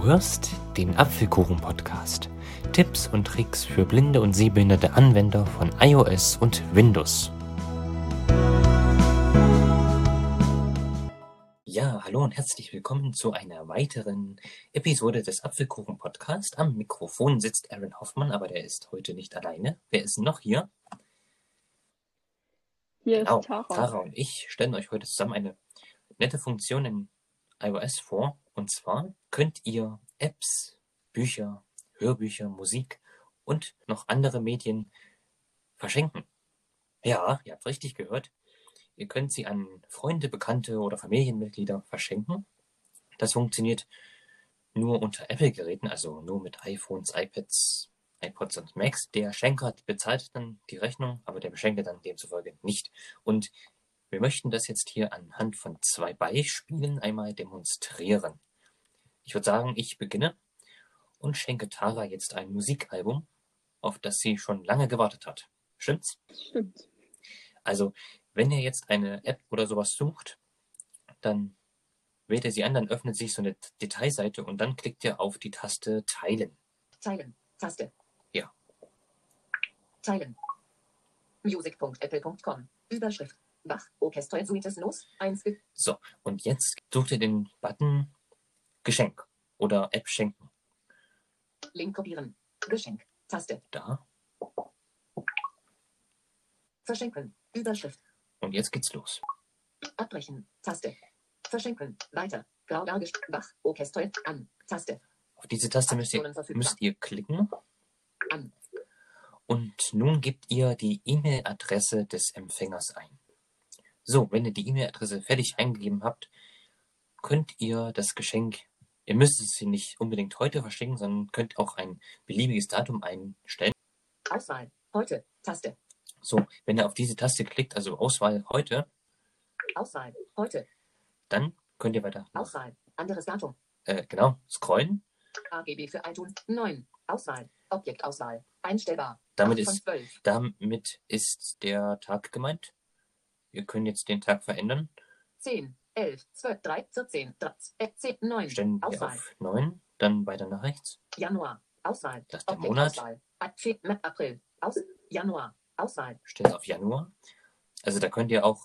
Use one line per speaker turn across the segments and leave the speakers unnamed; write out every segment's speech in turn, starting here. hörst den Apfelkuchen-Podcast. Tipps und Tricks für blinde und sehbehinderte Anwender von iOS und Windows. Ja, hallo und herzlich willkommen zu einer weiteren Episode des Apfelkuchen-Podcast. Am Mikrofon sitzt Aaron Hoffmann, aber der ist heute nicht alleine. Wer ist noch hier?
Hier
Genau,
ist Tara.
Tara und ich stellen euch heute zusammen eine nette Funktion in iOS vor. Und zwar könnt ihr Apps, Bücher, Hörbücher, Musik und noch andere Medien verschenken. Ja, ihr habt richtig gehört. Ihr könnt sie an Freunde, Bekannte oder Familienmitglieder verschenken. Das funktioniert nur unter Apple-Geräten, also nur mit iPhones, iPads, iPods und Macs. Der Schenker bezahlt dann die Rechnung, aber der Beschenker dann demzufolge nicht. Und wir möchten das jetzt hier anhand von zwei Beispielen einmal demonstrieren. Ich würde sagen, ich beginne und schenke Tara jetzt ein Musikalbum, auf das sie schon lange gewartet hat. Stimmt's?
Stimmt.
Also, wenn ihr jetzt eine App oder sowas sucht, dann wählt ihr sie an, dann öffnet sich so eine Detailseite und dann klickt ihr auf die Taste Teilen.
Zeilen. Taste.
Ja.
Zeilen. Music.apple.com. Überschrift. Bach. Orchester Suites los. 1
So, und jetzt sucht ihr den Button Geschenk oder App schenken.
Link kopieren. Geschenk. Taste.
Da.
Verschenken. Überschrift.
Und jetzt geht's los.
Abbrechen. Taste. Verschenken. Weiter. Grau dargestellt. Bach. Orchester an. Taste.
Auf diese Taste müsst ihr,
Aktionen verfügbar.
müsst ihr klicken.
An.
Und nun gebt ihr die E-Mail-Adresse des Empfängers ein. So, wenn ihr die E-Mail-Adresse fertig eingegeben habt, könnt ihr das Geschenk, ihr müsst es hier nicht unbedingt heute verschicken, sondern könnt auch ein beliebiges Datum einstellen.
Auswahl. Heute. Taste.
So, wenn ihr auf diese Taste klickt, also Auswahl heute,
Auswahl. Heute.
dann könnt ihr weiter,
Auswahl. Anderes Datum.
äh, genau, scrollen.
AGB für iTunes. 9. Auswahl. Objektauswahl. Einstellbar.
Damit
8 von
ist,
12.
damit ist der Tag gemeint. Wir können jetzt den Tag verändern.
10, 11, 12, 3, 14, 13, 9.
Stellen wir
äh, Auswahl.
auf 9, dann weiter nach rechts.
Januar. Auswahl.
Das ist der
Objekt-
Monat.
Auswahl. April. April. Aus. Januar. Auswahl.
stellen auf Januar. Also da könnt ihr auch,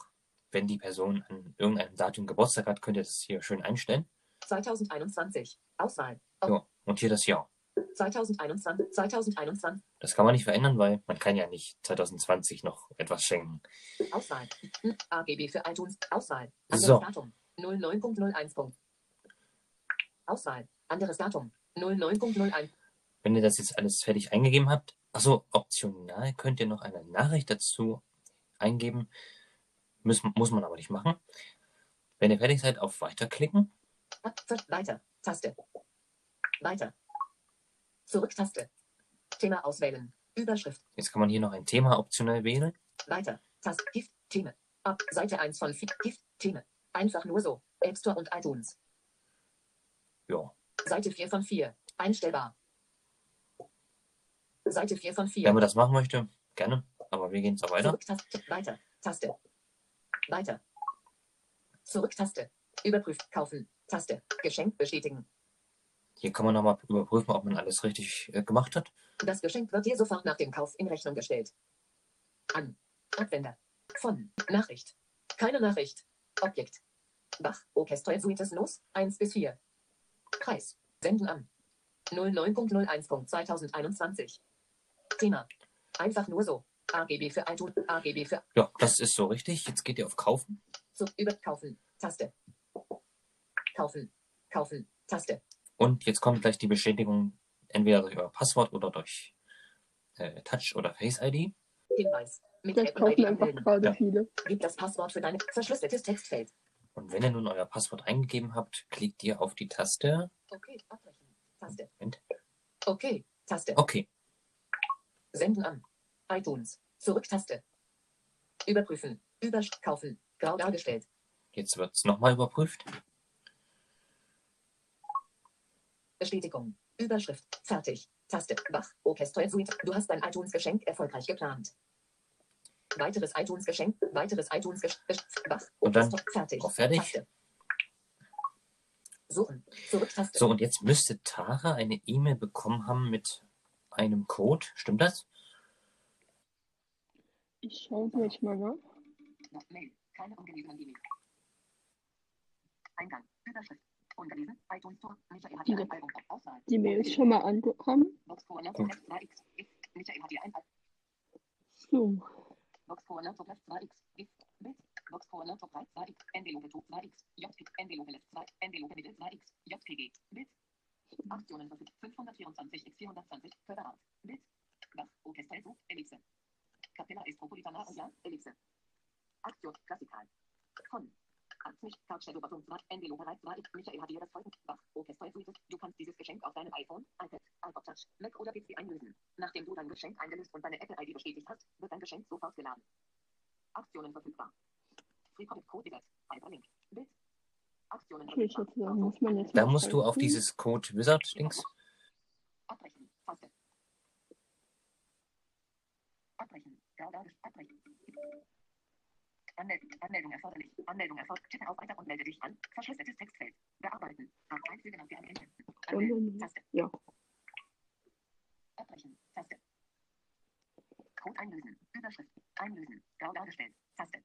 wenn die Person an irgendeinem Datum Geburtstag hat, könnt ihr das hier schön einstellen.
2021. Auswahl.
Ja, und hier das Jahr.
2021. 2021.
Das kann man nicht verändern, weil man kann ja nicht 2020 noch etwas schenken.
Auswahl. Hm, AGB für iTunes. Auswahl. Anderes
So.
Datum. 09.01. Punkt. Auswahl. Anderes Datum. 09.01.
Wenn ihr das jetzt alles fertig eingegeben habt, also optional könnt ihr noch eine Nachricht dazu eingeben. Muss, muss man aber nicht machen. Wenn ihr fertig seid, auf Weiter klicken.
Ab- ver- Weiter. Taste. Weiter. Zurück-Taste. Thema auswählen. Überschrift.
Jetzt kann man hier noch ein Thema optional wählen.
Weiter. Taste Gift. Themen. Ab Seite 1 von 4. Gift. Themen. Einfach nur so. App Store und iTunes.
Ja,
Seite 4 von 4. Einstellbar. Seite 4 von 4.
wenn man das machen möchte, gerne. Aber wir gehen jetzt auch weiter.
Zurück-Taste. Weiter. Taste. Weiter. Zurück-Taste. Überprüft. Kaufen. Taste. Geschenk bestätigen.
Hier kann man nochmal überprüfen, ob man alles richtig äh, gemacht hat.
Das Geschenk wird dir sofort nach dem Kauf in Rechnung gestellt. An. Abwender. Von. Nachricht. Keine Nachricht. Objekt. Bach. Orchester Suites los. 1 bis 4. Preis. Senden an. 09.01.2021. Thema. Einfach nur so. AGB für iTunes. AGB für
Ja, das ist so richtig. Jetzt geht ihr auf Kaufen.
zu überkaufen. Taste. Kaufen. Kaufen. Taste.
Und jetzt kommt gleich die Bestätigung, entweder durch euer Passwort oder durch äh, Touch oder Face ID.
Hinweis. Mit
Das
Apple ID
kaufen einfach
anmelden.
gerade
Ja.
viele.
Gib das Passwort für dein verschlüsseltes Textfeld.
Und wenn ihr nun euer Passwort eingegeben habt, klickt ihr auf die Taste.
Okay, abbrechen. Taste.
Moment. Oh.
Okay, Taste.
Okay,
Senden an. iTunes. Zurück-Taste. Überprüfen. Übersch kaufen. Grau dargestellt.
jetzt wird's nochmal überprüft.
Bestätigung. Überschrift. Fertig. Taste. Bach. Orchester Suite. Du hast dein iTunes-Geschenk erfolgreich geplant. Weiteres iTunes-Geschenk. Weiteres iTunes-Geschenk. Bach.
Und dann
Orchester- Fertig.
auf Fertig.
Taste. Suchen. Zurücktaste.
So, und jetzt müsste Tara eine E-Mail bekommen haben mit einem Code. Stimmt das?
Ich schaue gleich mal nach.
Na, Mail. Keine ungelesenen E-Mail. Eingang. Überschrift. Ungelesen. iTunes Store. Michael hat hier ein Album. Auswahl.
Die Mails schon mal anbekommen.
Box for Alert.
Gut.
Left 2x. If. Michael hat hier ein Album.
So,
Box for Alert. Left 2x. If. Bit. Box for Alert. Right 2x. Envelope to 2x. JPG. Envelope left 2. Envelope middle 2x. JPG. Bit. Aktionen verfügt. 524 x 420. Quadrat. Bit. Bach. Orchester sucht. Ellipse. Capella ist Propolitana und ja. Ellipse. Aktion. Klassikal. Von. Als nicht Couchshadow Batum 2, Envelope Live 2, Michael hat dir das folgende Bach, Orchester Suite. Du kannst dieses Geschenk auf deinem iPhone, iPad, iPod Touch, Mac oder PC einlösen. Nachdem du dein Geschenk eingelöst und deine Apple-ID bestätigt hast, wird dein Geschenk sofort geladen. Aktionen verfügbar. Free Comic Code Wizard. Hyperlink. Bild. Aktionen
würde ich jetzt sagen, muss man jetzt
Da
mal
musst du auf
schalten.
dieses Code Wizard-Dings.
Abbrechen. Taste. Abbrechen. Gaudagisch. Abbrechen. Anmeld Anmeldung erforderlich. Anmeldung erfolgt. Tippe auf Weiter und melde dich an. Verschlüsseltes Textfeld. Bearbeiten. Ab einfügen auf die Ende. Anmelden.
Mhm.
Taste.
Ja.
Abbrechen. Taste. Code einlösen. Überschrift. Einlösen. Grau dargestellt. Taste.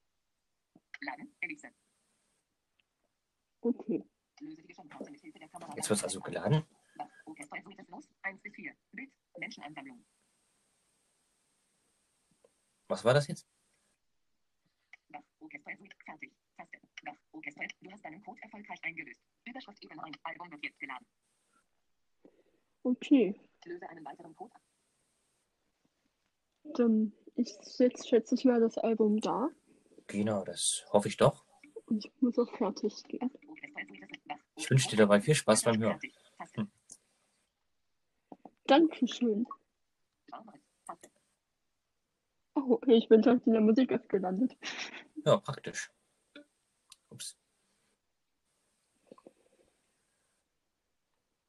Laden. Ellipse.
Okay.
Löse die Geschenkkarte mit Hilfe der Kamera.
Jetzt wird's also geladen.
Bach, Orchester im Suite los. 1 bis 4. Bild. Menschenansammlung.
Was war das jetzt?
Bach, Orchester Suite, fertig. Taste. Bach, Orchester, du hast deinen Code erfolgreich eingelöst. Überschrift Ebene 1. Album wird jetzt geladen.
Okay.
Löse einen weiteren Code ab.
Dann ist jetzt, schätze ich mal, das Album da.
Genau, das hoffe ich doch.
Und ich muss auch fertig gehen.
Orchester Suite, Bach.
Ich wünsche dir dabei viel Spaß beim Hören. Hm.
Fertig. Taste.
Dankeschön.
Schau Taste.
Oh, ich bin direkt in der Musik-App gelandet.
Ja, praktisch. Ups.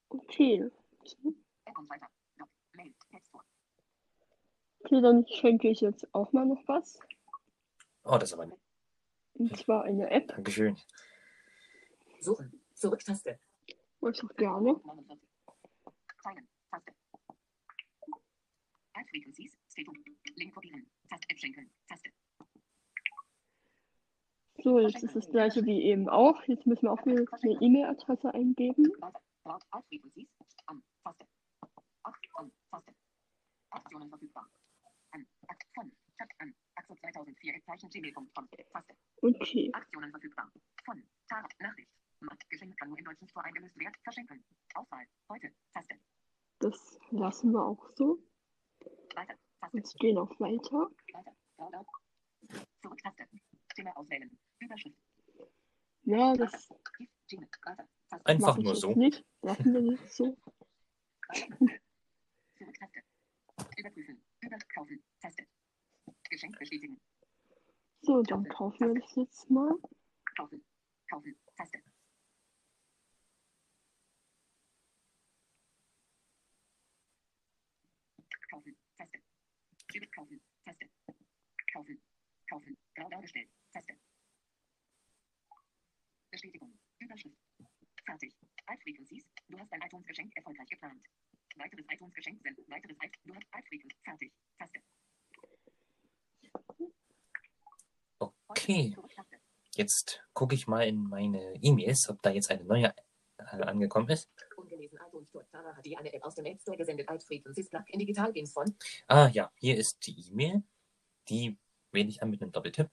Okay.
Er kommt weiter. Doc. Mail. Text vor.
Okay, dann schenke ich jetzt auch mal noch was.
Oh, das ist aber nett.
Und zwar eine App.
Dankeschön.
Suchen. Zurücktaste.
Mache ich auch gerne.
49. Teilen. Taste. Add Frequencies. Statum. Link kopieren. Taste. App schenken. Taste.
So, jetzt ist das gleiche wie eben auch. Jetzt müssen wir auch eine eine E-Mail-Adresse eingeben.
Weiter. Laut Alt-Frequencies. An. Taste. Acht. An. Taste. Aktionen verfügbar. An. Akt von. Chat an. Axel 2004. Zeichen gmail.com. Taste.
Okay.
Aktionen verfügbar. Von. Tag. Nachricht. Macht. Geschenk kann nur im deutschen Store eingelöst werden. Verschenken. Auswahl. Heute. Taste.
Das lassen wir auch so.
Weiter. Taste.
Jetzt gehen auch weiter.
Weiter. Download. Zurück. Taste. Stimme auswählen. Überschrift.
Ja, das
Gif. Gmail. Weiter. Taste.
Einfach
mache ich
nur
jetzt
so.
nicht. Lassen wir jetzt so.
Zurück. Taste. Überprüfen. Überkaufen. Taste. Geschenk bestätigen.
So, dann kaufen wir das jetzt mal.
Kaufen. Kaufen. Taste. Kaufen. Taste. Über kaufen. Taste. Kaufen. Kaufen. Grau dargestellt. Taste. Bestätigung. Überschrift. Fertig. Altfrequencies. Du hast dein iTunes-Geschenk erfolgreich geplant. Weiteres iTunes-Geschenk senden. Weiteres iTunes. Du hast Altfrequenz. Fertig. Taste.
Okay,
Zurück. Taste.
jetzt gucke ich mal in meine E-Mails, ob da jetzt eine neue äh, angekommen ist.
Ungelesen iTunes Store. Tara hat dir eine App aus dem App Store gesendet. Altfrequencies Plug in Digital Games von
Ah ja, hier ist die E-Mail. Die wähle ich an mit einem Doppeltipp.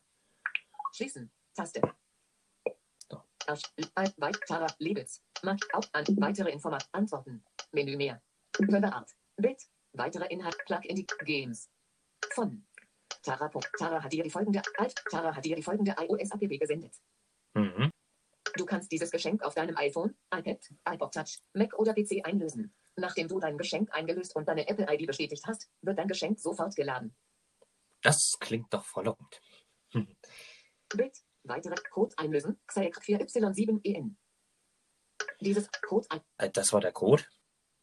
Schließen. Taste.
So.
Ersch- Alt- Weit- Tara, Labels. Mark auf an. Weitere Informat. Antworten. Menü mehr. Körperart. Bild. Weitere Inhalt. Plug in die Games. Von. Tara. Punkt. Tara hat dir die folgende Alt. Tara hat dir die folgende iOS APB gesendet.
Mhm.
Du kannst dieses Geschenk auf deinem iPhone, iPad, iPod Touch, Mac oder PC einlösen. Nachdem du dein Geschenk eingelöst und deine Apple ID bestätigt hast, wird dein Geschenk sofort geladen.
Das klingt doch verlockend.
Bild. Weitere Code einlösen. XAEC4Y7EN. E Dieses Code ein
Äh, Das war der Code.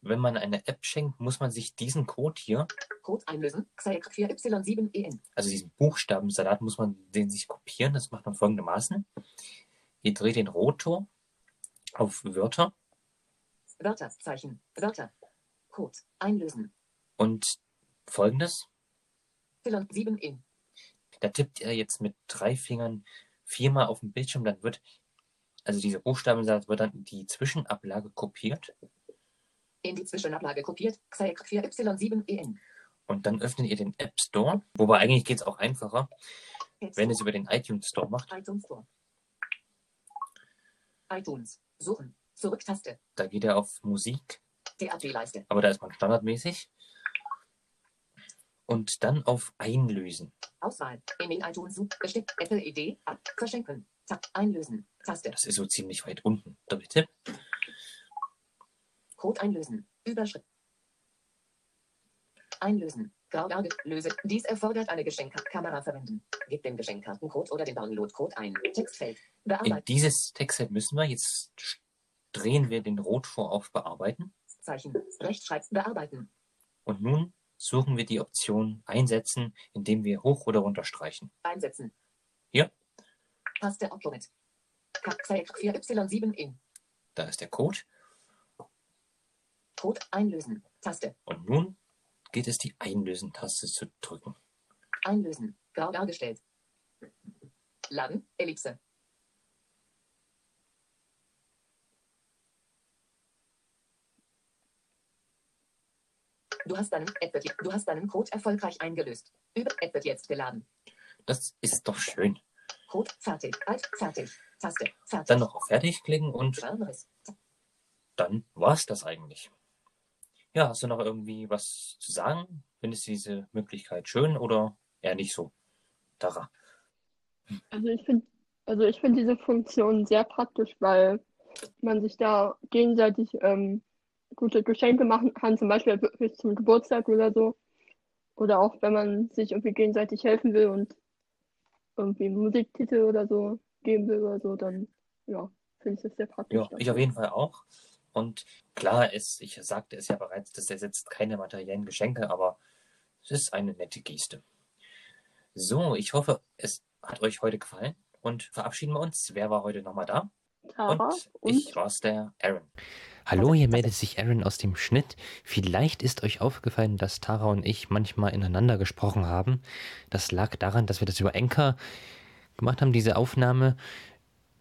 Wenn man eine App schenkt, muss man sich diesen Code hier,
Code einlösen. XAEC4Y7EN.
also diesen Buchstabensalat, muss man den sich kopieren. Das macht man folgendermaßen. Ihr dreht den Rotor auf Wörter
Wörter, Zeichen, Wörter. Code, einlösen.
und folgendes.
Fillon 7 in.
Da tippt er jetzt mit drei Fingern viermal auf den Bildschirm, dann wird, also diese Buchstaben, da wird dann die Zwischenablage kopiert
In die Zwischenablage kopiert. Xaek 4 Y7 EN.
und dann öffnet ihr den App Store. Wobei eigentlich geht's auch einfacher, wenn ihr es über den iTunes Store macht.
iTunes Store. iTunes. Suchen. Zurücktaste.
Da geht er auf Musik,
DAB-Leiste.
aber da ist man standardmäßig. Und dann auf Einlösen.
Auswahl. In den iTunes Such. Bestimmt. Apple ID. Ab. Verschenken. Tab. Einlösen. Taste.
Das ist so ziemlich weit unten. Doppeltipp.
Code einlösen. Überschrift. Einlösen. Graugarde. Löse. Dies erfordert eine Geschenkkamera verwenden. Gib den Geschenkkartencode oder den Downloadcode ein. Textfeld.
In
Bearbeiten.
dieses Textfeld müssen wir. Jetzt sch- drehen wir den Rotfonds auf Bearbeiten.
Zeichen. Rechtschreib. Bearbeiten.
Und nun suchen wir die Option Einsetzen, indem wir hoch oder runter streichen.
Einsetzen.
Hier.
Taste Opponent. Kapsel 4Y7 in.
Da ist der Code.
Code einlösen. Taste.
Und nun geht es, die Einlösen-Taste zu drücken.
Einlösen. Grau dargestellt. Laden. Ellipse. Du hast deinen, App wird, je- du hast deinen Code erfolgreich eingelöst. Über App wird jetzt geladen.
Das ist doch schön.
Code fertig. Alt fertig. Taste fertig.
Dann noch auf Fertig klicken und
Genres.
dann war's das eigentlich. Ja, hast du noch irgendwie was zu sagen? Findest du diese Möglichkeit schön oder eher nicht so? Tara.
Also ich finde, also ich finde diese Funktion sehr praktisch, weil man sich da gegenseitig ähm, gute Geschenke machen kann, zum Beispiel wirklich zum Geburtstag oder so. Oder auch wenn man sich irgendwie gegenseitig helfen will und irgendwie Musiktitel oder so geben will oder so, dann ja, finde ich das sehr praktisch
Ja, ich
dafür.
auf jeden Fall auch. Und klar ist, ich sagte es ja bereits, das ersetzt keine materiellen Geschenke, aber es ist eine nette Geste. So, ich hoffe, es hat euch heute gefallen und verabschieden wir uns. Wer war heute nochmal da?
Tara
und ich war's, der Aaron.
Hallo, hier meldet sich Aaron aus dem Schnitt. Vielleicht ist euch aufgefallen, dass Tara und ich manchmal ineinander gesprochen haben. Das lag daran, dass wir das über Enker gemacht haben, diese Aufnahme.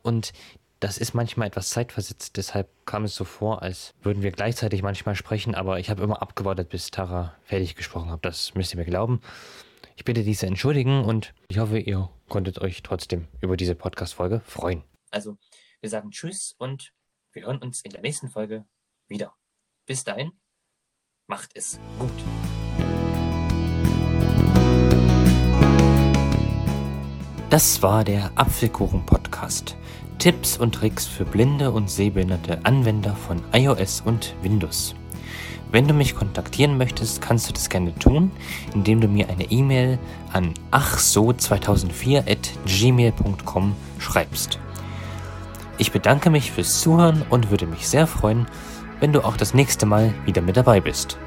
Und das ist manchmal etwas zeitversetzt, deshalb kam es so vor, als würden wir gleichzeitig manchmal sprechen, aber ich habe immer abgewartet, bis Tara fertig gesprochen hat. Das müsst ihr mir glauben. Ich bitte diese entschuldigen und ich hoffe, ihr konntet euch trotzdem über diese Podcast-Folge freuen.
Also, wir sagen Tschüss und wir hören uns in der nächsten Folge wieder. Bis dahin, macht es gut. Das war der Apfelkuchen-Podcast. Tipps und Tricks für blinde und sehbehinderte Anwender von iOS und Windows. Wenn du mich kontaktieren möchtest, kannst du das gerne tun, indem du mir eine E-Mail an achso2004.gmail.com schreibst. Ich bedanke mich fürs Zuhören und würde mich sehr freuen, wenn du auch das nächste Mal wieder mit dabei bist.